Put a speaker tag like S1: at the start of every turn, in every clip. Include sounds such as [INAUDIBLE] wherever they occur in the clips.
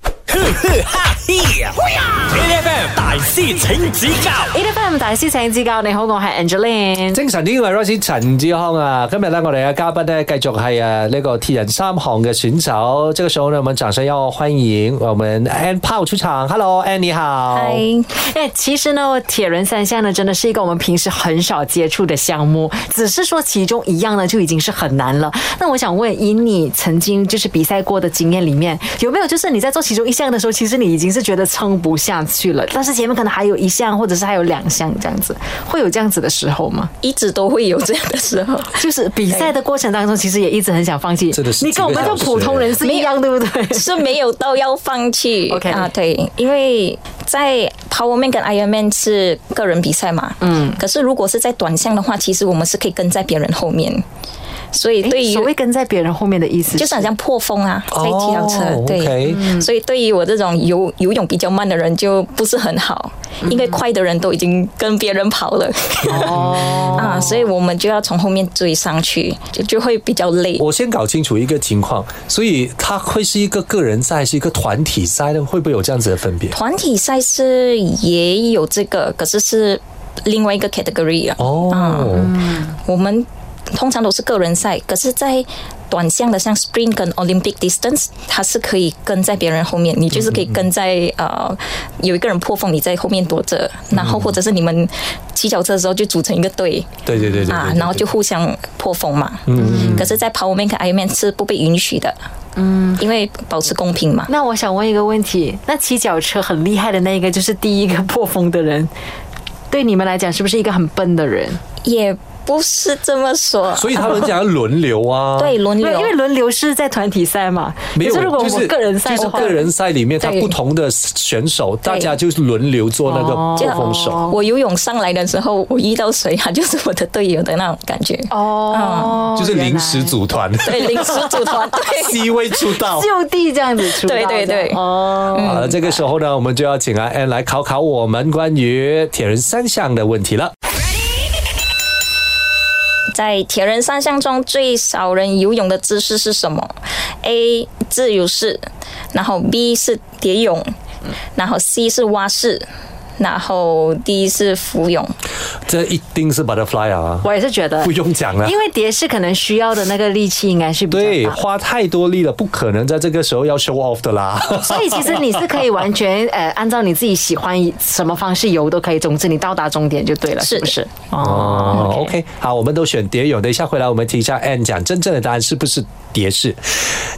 S1: 呵呵哈嘿，A F M 大師請指教
S2: ，E F M 大師請指教。你好，我係 Angeline。
S3: 精神啲嘅 Rosie 陳志康啊，今日咧我哋嘅嘉賓咧繼續係誒呢個鐵人三項嘅選手。這個時候呢，我們掌聲要歡迎我們 Ann Pao 出場。Hello，Ann 你好。
S2: 嗨，哎，其實呢，鐵人三項呢，真的是一個我們平時很少接觸的項目，只是說其中一樣呢，就已經是很難了。那我想問，以你曾經就是比賽過的經驗裡面，有沒有就是你在做其中一項的時候，其實你已經是覺得撐不下去了， [LAUGHS] 但是前面可能還有一項，或者是還有兩項這樣子，會有這樣子的時候嗎？
S4: 一直都會有這樣的時候，
S2: 就是比賽的過程當中，其實也一直很想放棄。
S3: 真的是
S2: 你跟我们
S3: 这
S2: 这
S3: 个
S2: 普通人是一樣，对不对？
S4: [LAUGHS] 是没有到要放弃。
S2: OK
S4: 啊，对，因为在 Powerman 跟 Ironman 是个人比赛嘛，嗯，可是如果是在短项的话，其实我们是可以跟在别人后面，所以对于
S2: 所谓跟在别人后面的意思，
S4: 就是好像破风啊，在一条车，
S3: 哦
S4: 对
S3: OK
S4: 所以对于我这种游游泳比较慢的人就不是很好，因为快的人都已经跟别人跑了、
S2: 哦，
S4: [LAUGHS] 啊，所以我们就要从后面追上去，就就会比较累。
S3: 我先搞清楚一个情况，所以它会是一个个人赛，是一个团体赛呢？会不会有这样子的分别？
S4: 团体赛事也有这个，可是是另外一个 category 啊。
S3: 哦，
S4: 我们通常都是个人赛，可是，在短项的像 sprint 跟 Olympic distance，它是可以跟在别人后面，你就是可以跟在、呃有一个人破风，你在后面躲着，然后或者是你们骑脚车的时候就组成一个队。
S3: 对对对对对
S4: 啊
S3: 对，对
S4: 然后就互相破风嘛。嗯，可是，在 Powerman 跟 Ironman 是不被允许的。嗯，因为保持公平嘛。
S2: 那我想问一个问题，那骑脚车很厉害的那一个，就是第一个破风的人，对你们来讲是不是一个很笨的人？
S4: 也不是这么说。
S3: 所以他们讲要轮
S2: [LAUGHS]
S3: 流啊，
S4: 对，轮
S2: 没
S4: 流，
S2: 有，因为轮流是在团体赛嘛。
S3: 没有，
S2: 可是如果
S3: 就是
S2: 我个人赛的
S3: 就是
S2: 话，
S3: 个人赛里面，他
S4: 对
S3: 不同的选手，大家就是轮流做那个
S2: 哦
S3: 破风手。
S4: 我游泳上来的时候，我遇到谁，他就是我的队友的那种感觉。
S2: 哦，
S3: 就是
S2: 原来
S3: 临时组团 [LAUGHS]
S4: 对，临时组团队。
S3: ，C 位出
S2: [LAUGHS]
S3: 道。
S2: 就地这样子出道的，
S4: 对对对
S2: 哦。
S3: 好了，这个时候呢，我们就要请阿 N 来考考我们关于铁人三项的问题了。
S4: [LAUGHS] 在铁人三项中，最少人游泳的姿势是什么？A 自由式，然后 B 是蝶泳，然后 C 是蛙式，然后 D 是浮泳。
S3: 这一定是 butterfly 啊，
S2: 我也是觉得
S3: 不，用讲了
S2: 因。为蝶式可能需要的那个力气应该是比
S3: 对，
S2: 较大。
S3: 花太多力了，不可能在这个时候要 show off
S2: [LAUGHS]
S3: 的啦。
S2: 所以其实你是可以完全 [LAUGHS] 呃按照你自己喜欢以什么方式游都可以，总之你到达终点就对了，是不是？
S3: 哦，OK，好，我们都选蝶泳。等一下回来，我们听一下 N 讲真正的答案是不是蝶式。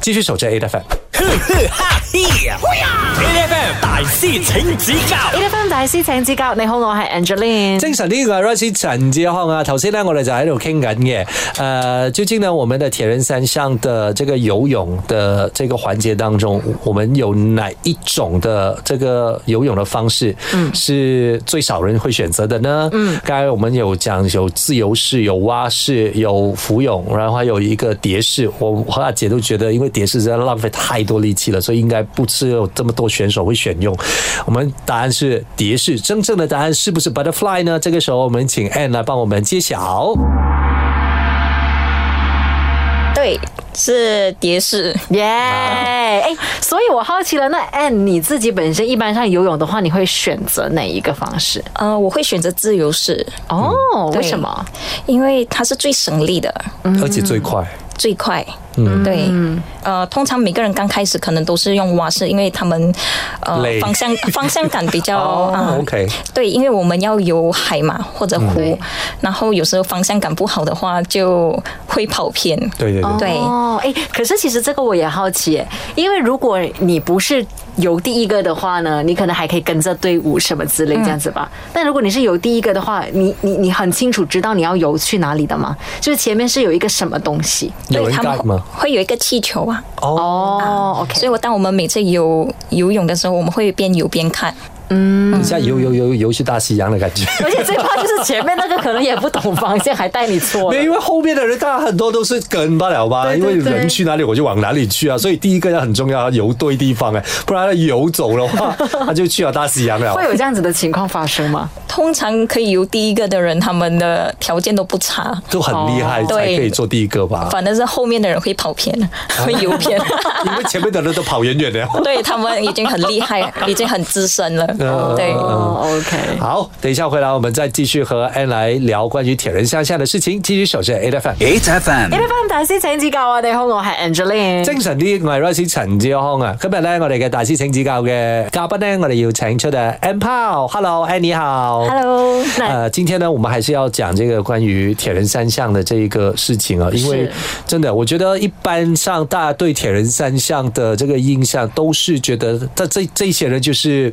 S3: 继续守着 A 的 f
S1: 呵呵哈嘿，A F M 大師請指教
S2: A F M 大師請指教，你好，我係 Angeline。
S3: 精神呢個係 Rice 陳志康啊，頭先咧我哋就喺度傾緊嘅，誒、呃究竟呢我們的鐵人三項的這個游泳的這個環節當中，我們有哪一種的這個游泳的方式，是最少人會選擇的呢？嗯，剛才我們有講有自由式、有蛙式、有浮泳，然後還有一個蝶式，我和阿姐都覺得，因為蝶式實在浪費太多力氣了，所以應該不是有這麼多選手會選用。我們答案是蝶式，真正的答案是不是 butterfly 呢？这個時候我們請 Anne 來幫我們揭曉。
S4: 对，是蝶式。
S2: 耶！
S4: 啊
S2: 哎，所以我好奇了，那 Anne 你自己本身一般上游泳的话，你会选择哪一个方式？
S4: 呃，我会选择自由式，
S2: 哦，为
S4: 嗯对
S2: 什么？
S4: 因为它是最省力的。
S3: 而且最快，
S4: 最快。
S3: 嗯
S4: 对，呃，通常每个人刚开始可能都是用蛙式，因为他们呃
S3: 累 [LAUGHS]
S4: 方向方向感比较
S3: 哦
S4: 啊、
S3: ，OK 嗯
S4: 对，因为我们要游海嘛或者湖，然后有时候方向感不好的话就会跑偏。
S3: 对对对。
S4: 对
S2: 哦，哎，可是其实这个我也好奇耶，因为如果你不是游第一个的话呢，你可能还可以跟着队伍什么之类
S4: 嗯
S2: 这样子吧。但如果你是游第一个的话，你你你很清楚知道你要游去哪里的吗？就是前面是有一个什么东西？
S3: 有
S4: 对
S3: 人
S4: 他们
S3: guide 吗？
S4: 会有一个气球啊，
S3: 哦，
S2: 哦，OK，
S4: 所以我当我们每次游游泳的时候，我们会边游边看，
S3: 嗯，很像游游游游去大西洋的感觉。
S2: [LAUGHS] 而且最怕就是前面那个可能也不懂方向，还带你错
S3: 没有，
S2: 了。
S3: 因为后面的人大家很多都是跟不了吧，
S2: 对
S3: 因
S2: 对
S3: 为
S2: 对
S3: 人去哪里我就往哪里去啊，所以第一个要很重要，游对地方哎，不然他游走的话，他就去了大西洋了
S2: 会。有这样子的情况发生吗？
S4: 通常可以游第一个的人，他们的条件都不差，
S3: 都很厉害，
S4: 哦
S3: 才可以
S4: 对
S3: 做第一
S2: [LAUGHS]
S3: 个吧？
S4: 反而是后面的人会跑偏，会游
S3: [LAUGHS]
S4: 偏。
S3: 因为前面的人都跑远远的。
S4: [LAUGHS] 对他们已经很厉
S3: [LAUGHS]
S4: 害，已经很资深了。
S3: 嗯
S4: 对，
S2: 哦，OK。
S3: 好，等一下回来，我们再继续和 Ann 来聊关于铁人三项的事情。继续守着 A F M。
S1: 8FM
S2: A F M 大師請指教啊！你好，我係 Angeline。
S3: 精神啲，我系 Rice 陳志康啊！今日咧，我哋嘅大師請指教嘅嘉賓咧，我哋要請出嘅 Ann Pao。Hello，Ann 你好。
S4: Hello，
S3: 呃，今天呢，我们还是要讲这个关于铁人三项的这一个事情啊，因为
S2: 是
S3: 真的，我觉得一般上大家对铁人三项的这个印象都是觉得这这这些人就是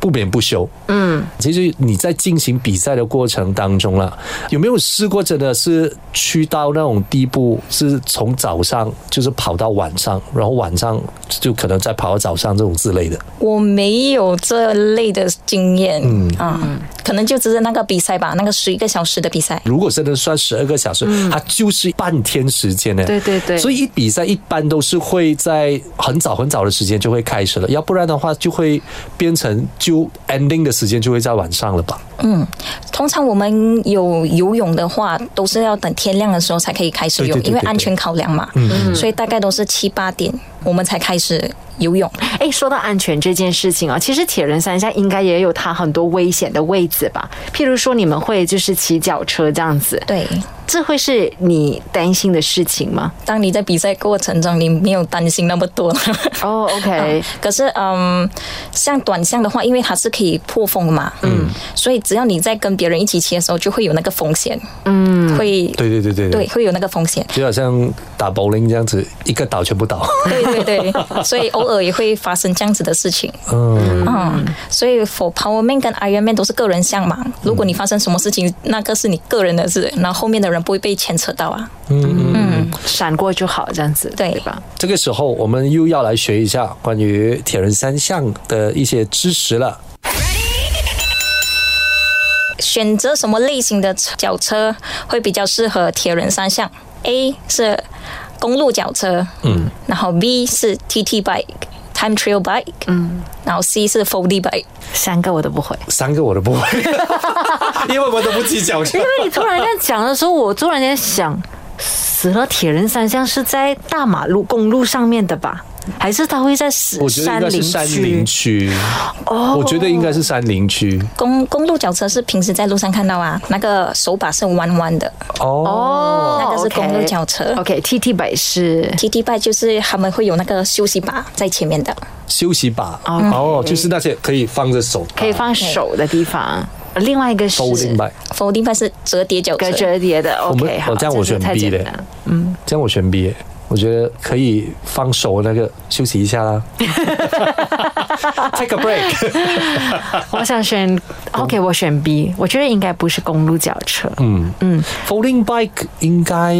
S3: 不眠不休。嗯，其实你在进行比赛的过程当中啦，有没有试过真的是去到那种地步，是从早上就是跑到晚上，然后晚上就可能再跑到早上这种之类的？
S4: 我没有这类的经验
S3: 嗯
S4: 啊，可能就只是那个比赛吧，那个十一个小时的比赛。
S3: 如果真的算十二个小时，它就是半天时间呢。
S2: 对对对
S3: 所以一比赛一般都是会在很早很早的时间就会开始了，要不然的话就会变成就 ending 的时间就会在晚上了吧？
S4: 嗯，通常我们有游泳的话，都是要等天亮的时候才可以开始
S3: 对
S4: 游，
S3: 对对
S4: 因为
S3: 对嗯
S4: 安全考量嘛，所以大概都是七八点我们才开始游泳。
S2: 哎，说到安全这件事情啊，其实铁人三项应该也有它很多危险的位置吧？譬如说，你们会就是骑脚车这样子，
S4: 对，
S2: 这会是你担心的事情吗？
S4: 当你在比赛过程中，你没有担心那么多。
S2: 哦，OK，
S4: 可是，嗯，像短项的话，因为它是可以破风的嘛，嗯，所以只要你在跟别人一起骑的时候，就会有那个风险，嗯，会
S3: 对对对对
S4: 对，会有那个风 [LAUGHS] 险，
S3: 就好像打 bowling 这样子，一个倒全部倒。 [LAUGHS]
S4: 对对对，所以偶尔也会发生这样子的事情，
S3: 嗯，
S4: 嗯，所以 for Power Man 跟 Iron Man 都是个人项嘛，如果你发生什么事情，那个是你个人的事，然后后面的人不会被牵扯到啊，
S2: 闪过就好这样子，
S4: 对
S2: 对吧？
S3: 这个时候我们又要来学一下关于铁人三项的一些知识了。
S4: 选择什么类型的车脚车会比较适合铁人三项？A 是公路脚车，嗯，然后 B 是 TT bike。Time Trail Bike，嗯，然后 C 是 Foldy Bike，
S2: 三个我都不会。
S3: 三个我都不 [LAUGHS] 会，因为我都不骑 [LAUGHS] 脚车。
S2: 因为你突然这样讲的时候，我突然间想，死了铁人三项是在大马路公路上面的吧？还是他会在
S3: 我觉得应
S2: 山
S3: 该
S2: 林
S3: 是山林
S2: 区？
S3: 区，
S2: 哦
S3: 我觉得应该是山林区。
S4: 公公路脚车是平时在路上看到啊，那个手把是弯弯的
S3: 哦，
S2: 哦
S4: 那个是公路轿车
S2: OK，TT 百是
S4: ，TT Bike 就是他们会有那个休息把在前面的，
S3: 休息把哦，就是那些可以放着手，啊
S2: 可以放手的地方，另外一个是
S3: folding back。
S4: Foldy Bike 是折叠脚
S2: 隔
S4: 车，
S2: 折叠的。
S3: 我们
S2: OK，好，
S3: 哦这样我选 B
S2: 的
S3: 嘞。
S2: 嗯
S3: 这样我选 B，耶我觉得可以放手那个休息一
S2: [LAUGHS]
S3: 下啦 [LAUGHS] ，take a break。
S2: 我想
S3: 嗯
S2: 选 OK，我选 B，我觉得应该不是公路轿车。
S3: 嗯嗯，folding bike 应该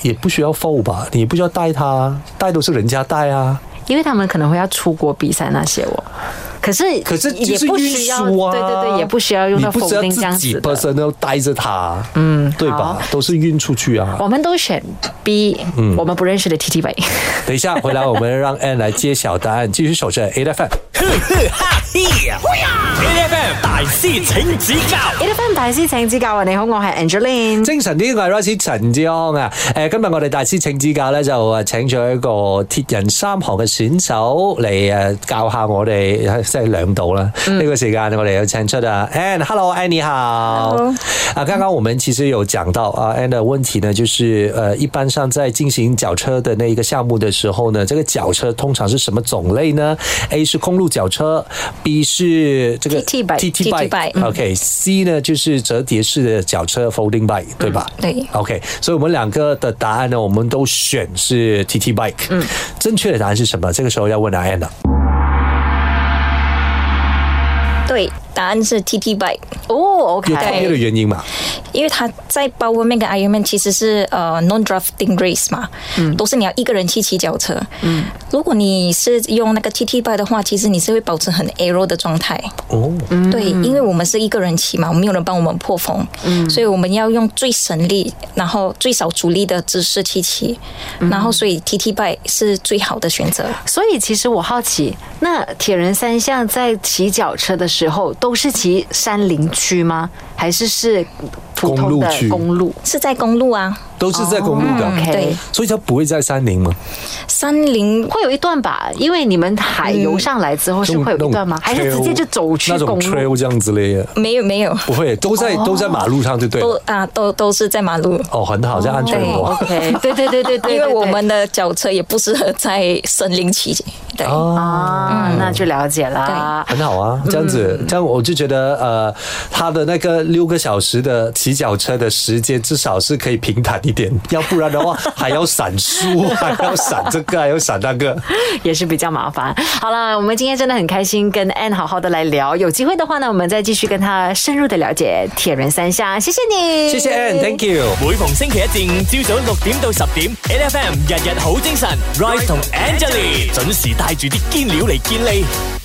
S3: 也不需要 fold 吧，你也不需要带它，啊带都是人家带啊。
S2: 因为他们可能会要出国比赛那些哦。可是
S3: 可是
S2: 也
S3: 就是
S2: 不
S3: 运
S2: 需要，
S3: 输啊，
S2: 对对对，也不需要用到
S3: 你不
S2: 否
S3: 需要
S2: 定这样
S3: 自己
S2: 子
S3: p e r
S2: 的。
S3: s o n 带着它，嗯，对吧
S2: 好？
S3: 都是运出去啊。
S2: 我们都选 B，、我
S3: 嗯
S2: 们不认识的 TT 北。
S3: 等一下回来，我们让 Ann 来揭晓答案，继续守着 A F M。
S1: 哈嘿！8FM 大師請指教
S2: A F M 大師請指教啊！你好，我係
S4: 嗯
S2: Angeline。
S3: 精神啲嘅 Rice 陳志康啊，誒今日我哋大師請指教咧，就誒請咗一個鐵人三項嘅選手嚟誒教下我哋，誒即係兩度啦。呢、
S4: 嗯
S3: 個時間我哋有請出啊 Ann，Hello Ann 你好。啊，剛剛我們其實有講到啊 Ann 的問題呢，就是誒、呃一般上在進行腳車的那一個項目的時候呢，這個腳車通常是什麼種類呢？A 是公路腳車，B 是這個
S2: TT bike
S3: TT
S4: TT bike，嗯
S3: OK，C 呢就是折叠式的脚车 folding bike，对
S2: 嗯
S3: 吧？
S4: 对
S3: OK，所以我们两个的答案呢，我们都选是 TT bike。嗯，正确的答案是什么？这个时候要问答案了。
S4: 对，答案是 TT bike，
S2: 哦，OK，
S3: 有特别的原因嘛？
S4: 因为它在 Powerman 跟 Ironman 其实是呃 non-drafting race 嘛，都是你要一个人去骑脚车。嗯，如果你是用那个 TT bike 的话，其实你是会保持很 aero 的状态。
S3: 哦，
S2: 嗯
S4: 对，因为我们是一个人骑嘛，我们没有人帮我们破风，所以我们要用最省力，然后最少阻力的姿势去骑，然后所以 TT bike 是最好的选择。
S2: 所以其实我好奇，那铁人三项在骑脚车的时候，都是骑山林区吗？还是是普通的
S3: 公路区嗯
S2: 公路？
S4: 是在公路啊，
S3: 都是在公路的，
S2: 哦 OK
S4: 对，
S3: 所以它不会在山林嘛？
S4: 山林
S2: 会有一段吧，因为你们海游上来之后是会有一段吗？还是直接就走去
S3: 那种
S2: 公路？哦
S3: trail 这样之类的？
S4: 没有没有，
S3: 不会，都在、都在马路上就对
S4: 都
S3: 了。
S4: 啊都都是在马路。
S3: 哦，很好，这样安全
S4: 对
S3: 多。
S2: OK，对对对对对，
S4: 因为我们
S2: 对
S4: 的脚车也不适合在森林骑，对，
S3: 啊
S2: 啊，那就了解啦。
S3: 很好啊，这样子，这样我就觉得，呃，他的那个六个小时的骑脚车的时间，至少是可以平坦一点， [LAUGHS] 要不然的话还要闪书，还要闪这个，还要闪那个。
S2: [LAUGHS] 也是比较麻烦。好了，我们今天真的很开心，跟 Anne 好好的来聊。有机会的话呢，我们再继续跟他深入的了解铁人三项。谢谢你，
S3: [LAUGHS] 谢谢 Anne，Thank you。
S1: 每逢星期一至五朝早六點到十點，N F M 日日好精神，Rise 同 Angelie 準時帶住啲堅料嚟健利。